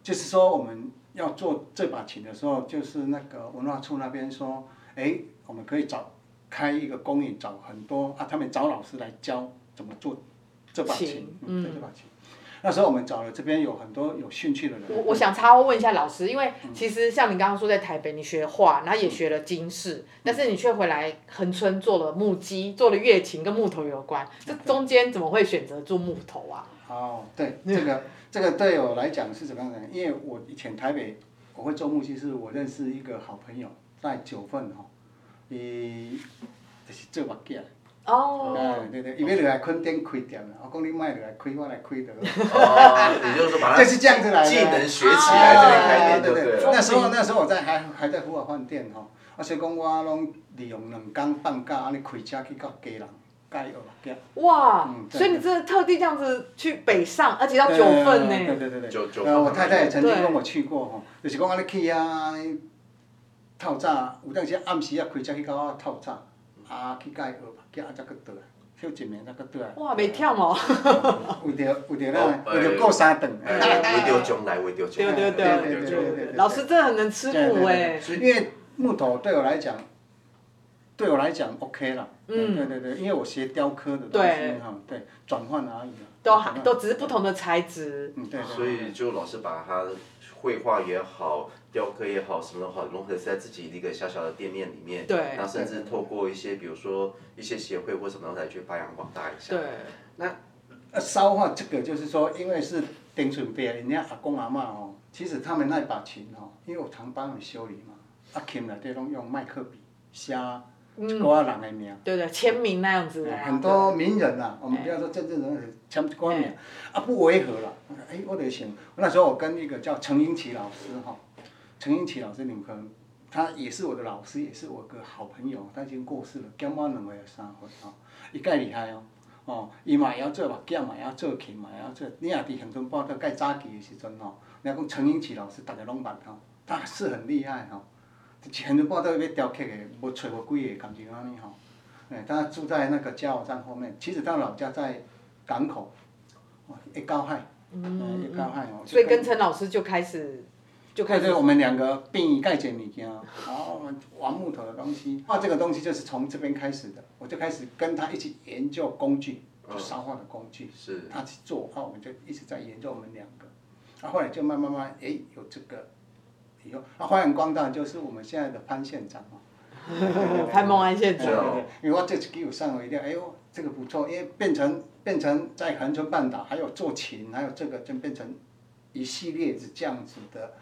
就是说我们要做这把琴的时候，就是那个文化处那边说，哎，我们可以找开一个公演，找很多啊，他们找老师来教怎么做这把琴
琴，
嗯，对这把琴。那时候我们找了这边有很多有兴趣的人，
我我想插问一下老师，因为其实像你刚刚说在台北你学画，
嗯
然后也学了金饰，但是你却回来恒春做了木屐，做了乐琴，跟木头有关，这中间怎么会选择做木头啊？
哦，对，这个这个对我来讲是怎么样的？因为我以前台北我会做木器，是我认识一个好朋友，在九份吼、哦，伊就是做木匠，哎、
哦，
对对，伊要落来垦丁开店啦，我讲你莫落来开，我来开得了。
哦，也就是把它
就是这样子来的啊
技能学起来，这边开
对
店就对
对
了。
那时候那时候我在还还在福尔饭店吼，啊所以讲我拢利用两工放假安尼开车去到家人，甲伊学木匠。
哇，
嗯对
所以你真的特地这样子去北上，而且到
对
九份呢、
对对对对，
九九份
呃，我太太也曾经跟我去过吼，就是讲安尼去啊，透早有当时暗时啊开车去到啊透早，
嗯
啊去甲伊学目镜，啊才去倒来，休一暝才去倒来。
哇，没跳哦，
啊有着有着咱
哦
有着过三顿。啊
哎为丢将来，为丢将来，
对对对
为
对
着
对
将来
对对
老师真的很能吃
对
苦哎、
对对因为木头对我来讲，对我来讲 OK 了。
嗯
对对对，因为我学雕刻的东
对
西哈，对，转换而已啊。
都
转
还
换
都只是不同的材质。
嗯对对。对
所以就老师把他绘画也好、雕刻也好，什么都好，融合在自己一个小小的店面里面。
对
然后甚至透过一些，比如说一些协会或什么东西来去发扬广大一下。
对，
呃，烧化这个就是说，因为是丁准备，人家阿公阿嬷哦，其实他们那把琴哦，因为我常帮他们修理嘛，啊，琴内底拢用麦克笔写一寡人的名，
对对，签名那样子的、啊。
嗯很多名人呐、我们不要说政治人物签一寡名，啊，不违和啦。哎、我得想，那时候我跟一个叫陈英奇老师哈、陈英奇老师你们可能，他也是我的老师，也是我个好朋友，他已经过世了，减我两个有三岁哦，伊介厉害哦。哦，伊嘛会晓做目镜，嘛会晓做琴，嘛会晓做。你也伫恒春报道介早期的时阵吼，你讲陈英奇老师，逐个拢捌吼，他是很厉害吼。伫恒春报道要雕刻的，无找无几个，感情安尼吼。哎，他住在那个加油站后面，其实他老家在港口，哦，一高海，嗯，一高海哦。
所以跟陈老师就开始就开
看
始，
这我们两个并一概解物件，哦然后我们玩木头的东西，啊画这个东西就是从这边开始的，我就开始跟他一起研究工具，就烧化的工具，
是
他去做，啊，我们就一直在研究我们两个，啊，后来就慢慢慢，哎，有这个，以后啊，花园光大就是我们现在的潘县长哦
拍梦安县
对
是
对啊
哦
长。
对，因为我这次给我上了一料，哎呦，这个不错，因为变成变成在横春半岛，还有做琴，还有这个，就变成一系列是这样子的。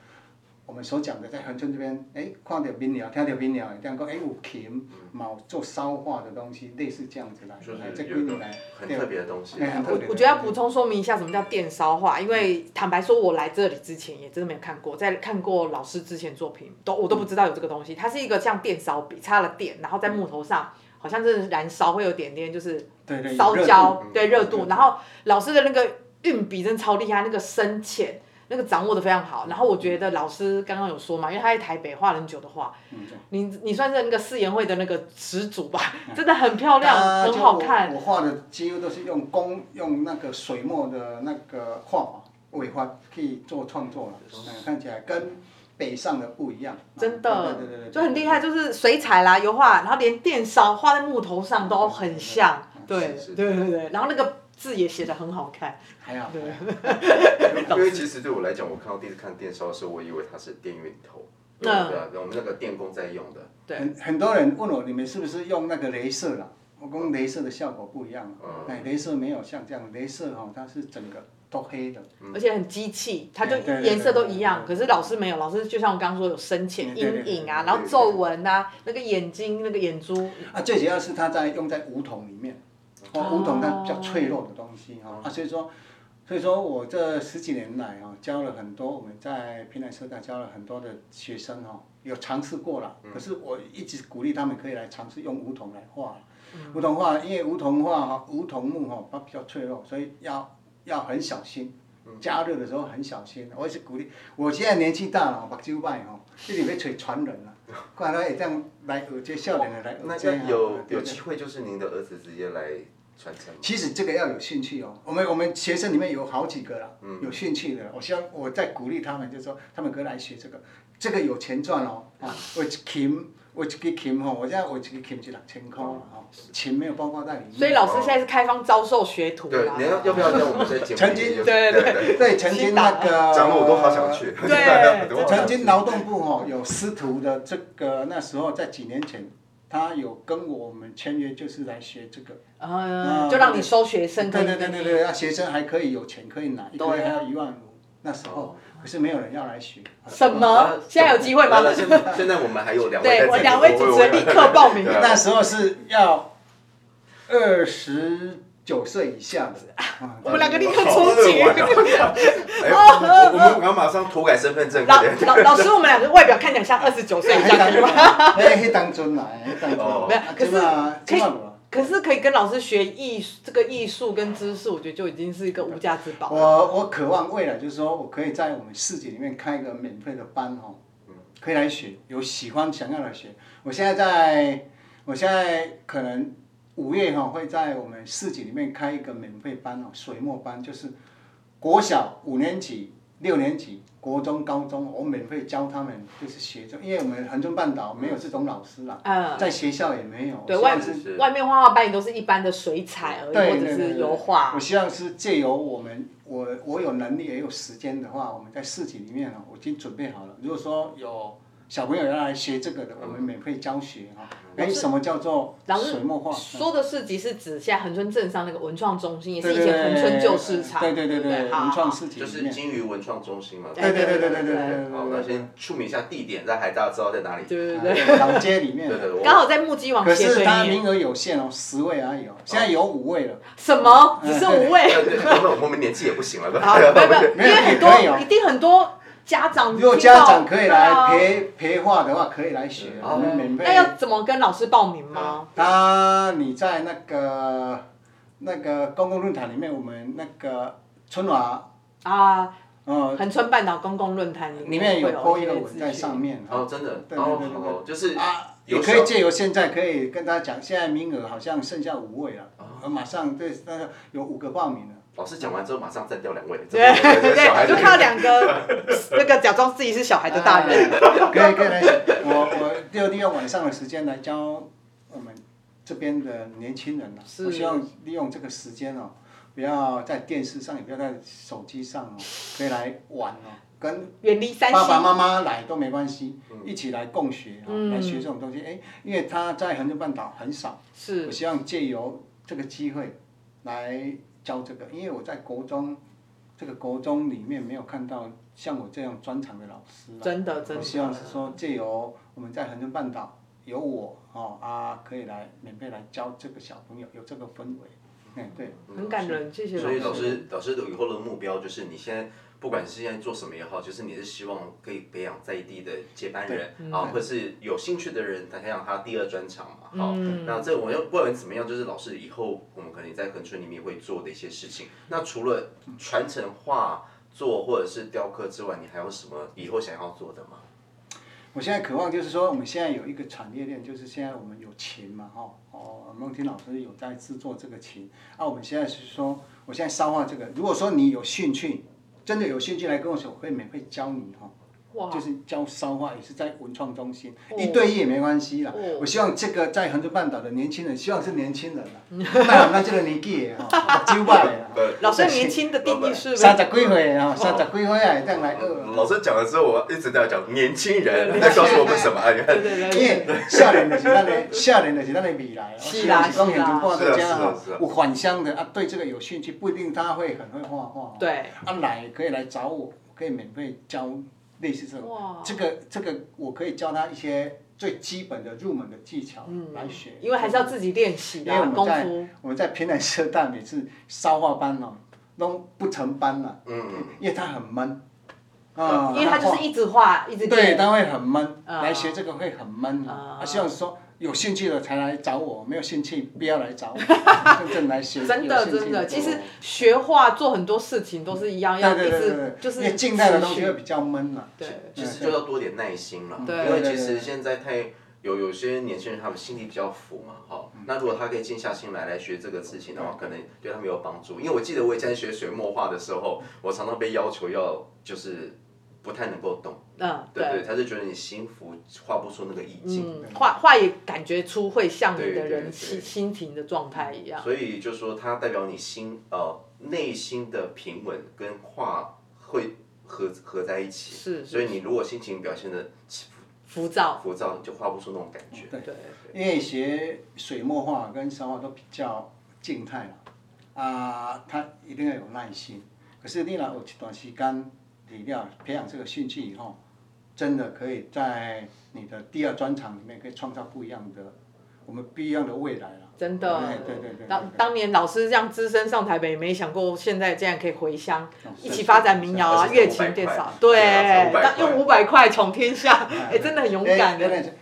我们所讲的在横春这边，哎，看到民谣，听到民谣，这样讲，哎，有琴，冇做烧化的东西，类似这样子来，哎
就是
来这
有
归
一
你
个
来，
很
对
特别的东西。
哎很特
我
别
我觉得要补充说明一下什么叫电烧画，因为
嗯
坦白说，我来这里之前也真的没有看过，在看过老师之前作品，都我都不知道有这个东西。它是一个像电烧笔，插了电，然后在木头上，好像真的是燃烧，会有点点就是
对对，有
烧
热度
焦，
嗯
对热度
热。度
然后老师的那个运笔真的超厉害，那个深浅，那个掌握的非常好。然后我觉得老师刚刚有说嘛，因为他在台北画了很久的画，
嗯对嗯
你你算是那个誓言会的那个始祖吧， 真的很漂亮，
啊
很
就
好
我
看。
我画的几乎都是用工用那个水墨的那个画法绘画去做创作了，嗯看起来跟北上的不一样。
真
啊
的
对对对对，
就很厉害，就是水彩啦、油画，然后连电烧画在木头上都很像，
嗯
对
对
是是
对对对，然后那个字也写的很好看，
还好。还好
因为其实对我来讲，我看到第一次看电烧的时候，我以为它是电熨头，对
嗯
啊，我们那个电工在用的。
对
很很多人问我，你们是不是用那个镭射了？我讲镭射的效果不一样
嗯，
哎，镭射没有像这样，镭射哈、它是整个都黑的，
而且很机器，它就
嗯对对对
颜色都一样。可
对对嗯
是老师没有，老师就像我刚刚说有深浅
对对对
阴影啊，
对对
然后皱纹啊，那个眼睛、那个眼珠，
啊，最主要
哦
是它在用在五桶里面，哦，五桶它比较脆弱的东西哈、啊，所以说所以说我这十几年来哦，教了很多我们在平南社大教了很多的学生哦，有尝试过了，
嗯
可是我一直鼓励他们可以来尝试用梧桐来画。梧桐画，因为梧桐画哈，梧桐木哈，它比较脆弱，所以要要很小心。
嗯
加热的时候很小心，我一直鼓励。我现在年纪大了，目睭歹吼，这里要找传人 啦，不然会当来学这少年的来
那
学这
那有
对
有
不对
机会就是您的儿子直接来传承吗？
其实这个要有兴趣哦。我们我们学生里面有好几个啦，
嗯
有兴趣的，我希望我在鼓励他们，就说他们可以来学这个，这个有钱赚哦。啊，我一琴，我一支琴吼，我现在我一支琴就两千块了哦，琴没有包括在里面。
所以老师现在是开放招收学徒
对
啦，。
你要要不要在我们这节目里面？
曾经
对
对对
对，
对，曾经那个
讲的我都好想去。
对
都好想去
曾经劳动部哦有师徒的这个，那时候在几年前，他有跟我们签约，就是来学这个。
嗯，就让你收学生，
对
可
对
以
对对对，那学生还可以有钱可以拿，一个月还
啊
要一万五。那时候可是没有人要来学。
哦什
嗯
么？现在有机会吗
来？来现在现在我们还有两位在
对，
这
我
里
两位主持人立刻报名。
对
那时候是要二十九岁以下的。啊
我们两个立刻
好
出
恶
局。
玩哦哎我我们我们马上涂改身份证，快
老
点
老老师，我们两个外表看起来像二十九岁以下，可以吗？
哎，迄当阵啦，迄当
哦
阵。
没有
啊
可是
这嘛
可以
这嘛无
可是可以跟老师学艺术，这个艺术跟知识，我觉得就已经是一个无价之宝。
我我渴望未来就是说我可以在我们市集里面开一个免费的班哦，可以来学，有喜欢想要来学。我现在在，我现在可能五月哈、会在我们市集里面开一个免费班哦，水墨班就是国小五年级、六年级、国中、高中，我免费教他们就是学这，因为我们恒春半岛没有这种老师啦，
嗯，
在学校也没有，
对
我希
外
望是
是
外面画画班也都是一般的水彩而已，
对
或
对
者
对
是
对，
油画
我。希望是借由我们，我我有能力也有时间的话，我们在市集里面啊，我已经准备好了。如果说有小朋友要来学这个的，我们免费教学啊。
老
哎，
师
什么叫做
嗯老师
水墨画？嗯
说的市集是指现在恒春镇上那个文创中心，也
对
是以
对
前恒春
对，
旧市场。
对对对
不
对，
好
文创市集
就
里
是
面。啊
金鱼文创中心嘛。
对对对对对
对对对
好，那先出名一下地点，让海大家知道在哪里。
对对
啊
对对，
老街里面
对，对，我
刚好在木屐网
可
斜
是
对
它
面。
名额有限哦，十位而已哦，现在有五位了。
什么？只是
哎
五位？
对对，对我们我们年纪也不行了，
好，没有哎没有，因为很
没有也可以哦
多一定很多家长
如
听到。哦哎
果家长可以来
对啊，
陪陪画的话，可以来学，
对
我们免费。
那要怎么跟老师报名吗？
他你在那个那个公共论坛里面，我们那个春华，
啊，
呃，
恒春半岛公共论坛
里面有
会
播
一
一
些
个
资
文
讯
在上面
哦，
哈。
真的，
对对
哦，
对对
好，就是
啊，也
有
可以
小
借由现在可以跟大家讲，现在名额好像剩下五位
哦
了，呃马上对，那个有五个报名了。
老师讲完之后，马上占掉两位，
对
这个
对
小孩子
对，就看到两个那个假装自己是小孩的大人。
啊 可以可以来，我我就利用晚上的时间来教我们这边的年轻人了。
是
我希望利用这个时间哦，不要在电视上，也不要在手机上哦，可以来玩哦，跟
远离三
爸爸
星，
妈妈来都没关系，一起来共学啊、
嗯
来学这种东西。哎，因为他在横州半岛很少，我
是
希望借由这个机会来教这个，因为我在国中这个国中里面没有看到像我这样专长的老师啊。
真的真
我
的。
希望是说借由我们在横州半岛有我哦啊，可以来免费来教这个小朋友，有这个氛围。哎，对，
很感人，谢谢
所以
老
老
师。
师老师的以后的目标就是，你现在不管是现在做什么也好，就是你是希望可以培养在地的接班人
嗯
啊，或是有兴趣的人，培养他第二专长嘛。
嗯
好，那这我要不管怎么样，就是老师以后我们可能在恒春里面会做的一些事情。那除了传承画作或者是雕刻之外，你还有什么以后想要做的吗？
我现在渴望就是说，我们现在有一个产业链，就是现在我们有琴嘛，哈、哦，孟婷老师有在制作这个琴，啊，我们现在是说，我现在烧化这个，如果说你有兴趣，真的有兴趣来跟我说，我会免费教你哈、
哇，
就是教烧化，也是在文创中心，
哦
一对一也没关系啦。
哦
我希望这个在横州半岛的年轻人，希望是年轻人啦， 那我们这个年纪哦的哈，九百的哈，
呃
老师年轻的定义是
三十几岁的哈，三十几岁也这样来
老
学。
师讲了之后，我一直在讲年轻人，在告诉我们什么？哎你看
对，对
因
对，
为少年就是咱的，少年就是咱的未来。哦
是啦
我希望是
是啦
讲很多半个家
是啊
哈
是啊是啊，
有返乡的啊，对这个有兴趣，不一定他会很会画画。
对，
啊，来可以来找我，可以免费教类似这种。
哇，
这个这个我可以教他一些最基本的入门的技巧
嗯
来学，
因为还是要自己练习
因为我
的
们
功
在
夫，
我们在平南社大每次烧画班哦，拢不成班了，
嗯，
因为他很闷，啊，
因为他就是一直画，一直
对，
练。
他会很闷，
啊
来学这个会很闷
啊
啊。啊，希望说有兴趣的才来找我，没有兴趣不要来 找我，真正来学。
真的
有兴趣
真的，其
做
实学画做很多事情都是一样，要一
对对对对
直
对，
就是
因为静态的
持
东
续
西会比较闷啊了。
对，嗯
其实就要多点耐心了，
对
因为其实现在太有有些年轻人他们心里比较浮嘛，哈，
嗯
那如果他可以静下心来来学这个事情的话，可能对他们有帮助。因为我记得我以前学水墨画的时候，我常常被要求要就是不太能够动，
嗯，
对
对，
对，他就觉得你心浮画不出那个意境。
嗯，画画也感觉出会像你
对
的
对
人
对
心心情的状态一样。
所以就说它代表你心呃内心的平稳跟画会合合在一起。
是是
所以你如果心情表现的
浮躁，
浮躁，你就画不出那种感觉。
对，
因为学水墨画跟山画都比较静态了，啊、他一定要有耐心。可是你若有一段时间，你要培养这个兴趣以后，真的可以在你的第二专场里面可以创造不一样的，我们不一样的未来了。
真的
哎对对对对
当
对
当年老师这样资深上台北，没想过现在竟然可以回乡，
是
一起发展民谣啊，
是是
乐器电少，
对啊是500，
对
块
当用五百块闯天 下，哎，真的很勇敢
哎
的。
哎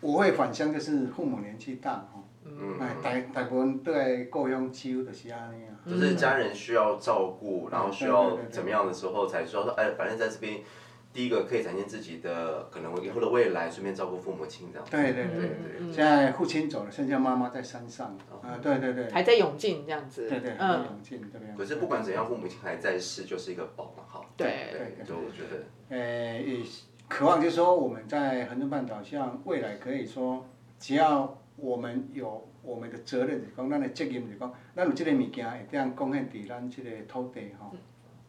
我会返乡就是父母年纪大吼，
嗯，
哎，大大部分都在故乡几乎就是安尼啊。
就是家人需要照顾，然后需
对
要
对对对
怎么样的时候才需要说，哎，反正在这边，第一个可以展现自己的可能以后的未来，顺便照顾父母亲
嗯
这样。
对对
对
对，
对，
现在父亲走了，剩下妈妈在山上。啊，对对对，
哦还在涌进这样子，
对对，很
嗯，
冷静这边。
可是不管怎样，父母亲还在世就是一个宝嘛，哈。
对
对，就我觉得，
呃，也渴望就是说我们在横春半岛，像未来可以说，只要我们有我们的责任，就是讲咱的责任，就是讲咱有这个物件会当贡献伫咱这个土地吼。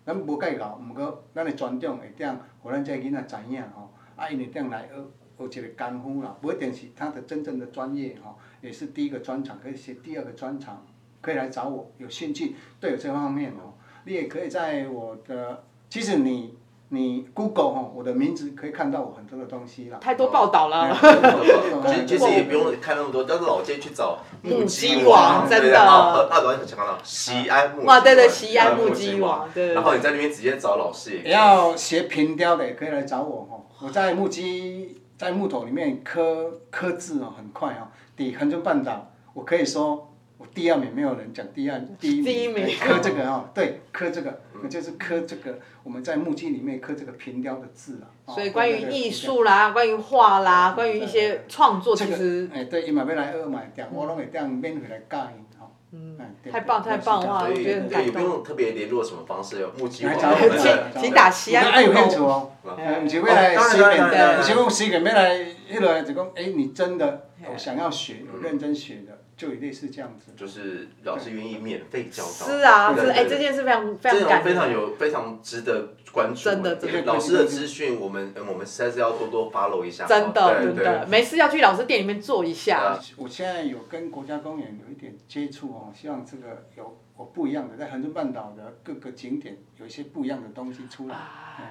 咱无介厚，毋过咱的传统会当，互咱这囡仔知影吼，啊，因会当来学学一个功夫啦，不一定是他的真正的专业吼，也是第一个专长，可以是第二个专长，可以来找我，有兴趣对我这方面哦，你也可以在我的，其实你你 Google 哈，我的名字可以看到我很多的东西啦。
太多报道 了，
啊其实其实也不用看那么多，到老街去找
木
鸡啊
鸡王真的
对然后大早想到西安木
哇，对对，
鸡
西安木
鸡
鸡王，对对
然后
对，
你在那边直接找老师也可以。
要学平雕的也可以来找我哦，我在木屐在木头里面刻刻字哦，很快哦。抵横春半岛，我可以说我第二名没有人讲第二第一名，
第一名
刻这个哦，对，刻这个，就是刻这个，我们在木屐里面刻这个平雕的字啊。哦
所以关于
对对对
艺
平雕
术啦，关于画啦，关于一
对对
些
对
创作，
这
其
个
实
哎、对，伊嘛要来学嘛，点我拢会点免费来教伊吼。嗯
太棒太棒哇
啊
所
我
以
觉得很感
对，也不
动
用特别联络什么方式，木鸡王
来
我
找
们
我
的，
请请打西安
哎有兴趣哦，毋是要来
哦
洗
当然当然
嗯当然
面，毋是讲洗面要来，迄落就讲，哎，你真的有想要学，有认真学的，就有类似这样子。
就是老师愿意免费教导。
是啊，
对
是
对
哎，
对
这件事非常非
这
常感
种非
人，
常有非常值得关注，
真的真的
对老师的资讯，我们呃我们实在是要多多 follow 一下。哦
真的
对
真
对
的，没事要去老师店里面坐一下
啊，
我现在有跟国家公园有一点接触哦，希望这个有我不一样的，在横春半岛的各个景点有一些不一样的东西出来。嗯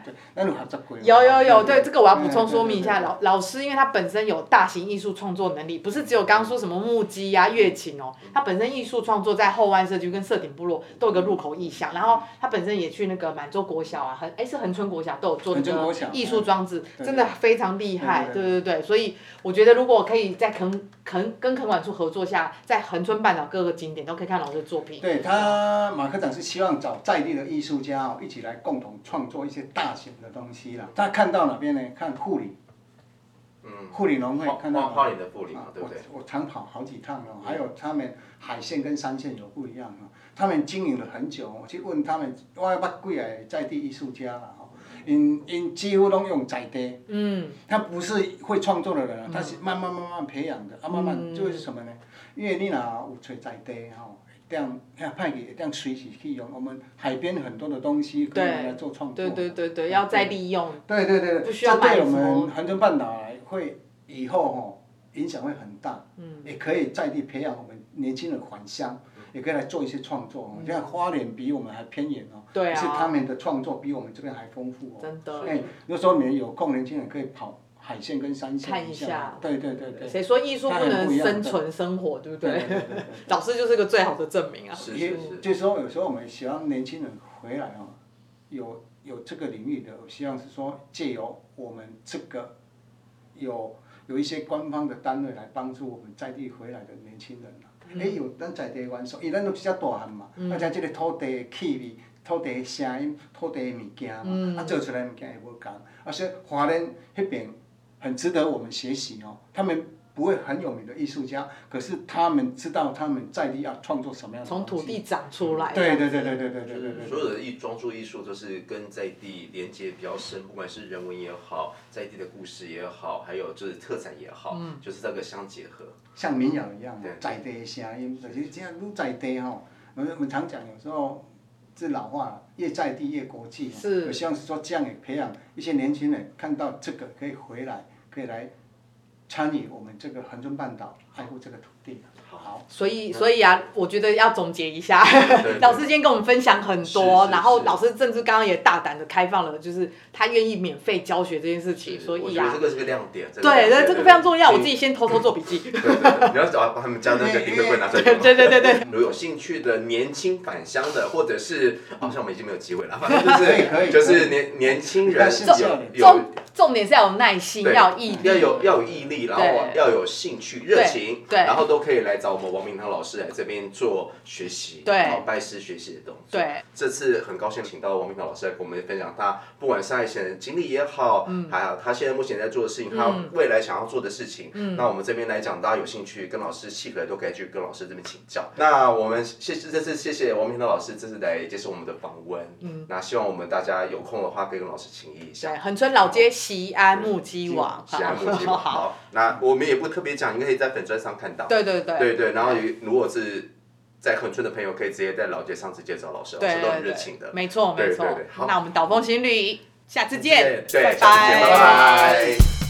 对，那你合作过吗？
啊有有有，对这个我要补充说明一下，
嗯嗯对对对
老老师因为他本身有大型艺术创作能力，不是只有刚刚说什么木屐呀、乐琴哦，他本身艺术创作在后湾社区跟社顶部落都有个入口意向，然后他本身也去那个满洲国小啊，恒哎是恒春国小都有做那
恒春
个
国小
艺术装置，
嗯
真的非常厉害，
对
对对对，所以我觉得如果可以在垦垦跟垦管处合作下，在恒春半岛各个景点都可以看老师的作品，
对他，马科长是希望找在地的艺术家哦，一起来共同创作一些大型的东西啦。他看到哪边呢？看护理，
嗯，
护理农会
花
看
花
到
花
哪
脸的布林嘛
啊，
对不对？嗯
我我常跑好几趟了，还有他们海线跟山线有不一样啊，他们经营了很久，我去问他们，我捌几个在地艺术家啦吼，哦因因几乎拢用在地。
嗯，
他不是会创作的人啊，他是慢慢慢慢培养的，啊，慢慢就是什么呢？
嗯
因为你若有找在地吼，这样遐派去，这样随时去用。我们海边很多的东西可以拿来做创作。啊
对对对对，要再利用，
嗯对对对，
不需要
这对
买
我
什么
们横春半岛来会以后吼影响会很大，嗯，也可以在地培养我们年轻人返乡，
嗯
也可以来做一些创作哦。你看花莲比我们还偏远哦，
对啊
可是他们的创作比我们这边还丰富哦。
真的
哎，如果说你们有空，年轻人可以跑。海线跟山线
看一下
下，对对对对，
谁说艺术不能生
它很不一
存生活，对不
对
对？
对对对
老师就是个最好的证明啊。
是
也
是是，
就是说，有时候我们希望年轻人回来哦，有有这个领域的，我希望是说借由我们这个有有一些官方的单位来帮助我们在地回来的年轻人啊。
嗯
哎、有咱在地元素，因为咱都比较大汉嘛，啊，且这个土地的气味、土地的声音、土地的物件嘛，
嗯
啊，做出来的物件也无同，啊，所以华人那边很值得我们学习哦。他们不会很有名的艺术家，可是他们知道他们在地要创作什么样的
从
东
土
西
地长出来。啊
对对对对对对
就
对对
是
对
所有的艺装束艺术都是跟在地连接比较深，不管是人文也好，在地的故事也好，还有就是特产也好，
嗯
就是这个相结合。
像民谣一样嘛
对，
在地的声音，就是这样，愈在地吼，我们我们常讲，有时候这老话了，越在地越国际嘛。哦
是
我希望是说这样也培养一些年轻人看到这个可以回来，可以来参与我们这个恒春半岛，爱护这个土地。好，
所以，所以啊，我觉得要总结一下，老师今天跟我们分享很
是
多，
是
然后
是
老师甚至刚刚也大胆的开放了，就是他愿意免费教学这件事情，
是
所
我
以
觉得
啊
这，个是个亮点。这个
对，
亮
那
点
这个非常重要，
对
我自己先偷偷做笔记。
对对对，你要找把他们家的那个订柜柜拿出来给我
对
们。
对对对对，
如果有兴趣的年轻返乡的，或者是好像我们已经没有机会了， 反正就
可以可
是
以
就是年年轻人
但是这
有
里
有
重重点是要有耐心，
对
要毅力，
要有要有毅力，然后
对
要有兴趣、热情，
对
然后都可以来找我们王明堂老师来这边做学习，
对
然后拜师学习的动作。
对，
这次很高兴请到王明堂老师来跟我们分享他不管是他以前的经历也好，
嗯
还有他现在目前在做的事情，他未来想要做的事情。
嗯
那我们这边来讲，大家有兴趣跟老师契合，都可以去跟老师这边请
嗯
教。那我们谢谢这次谢谢王明堂老师这次来接受我们的访问。嗯，那希望我们大家有空的话可以跟老师请益一下
对，。恒春老街西安木鸡网，
喜爱木鸡嘛。
好，
好，那我们也不特别讲，你可以在粉砖上看到。
对对对，
对对，然后也如果是在恒春的朋友，可以直接在老街上直接找老师，老
对
师都
对
很
对，
热情的。
没错
对
没
对
错
对好。
那我们导风行旅，下次见，
对，下次见，
拜
拜拜。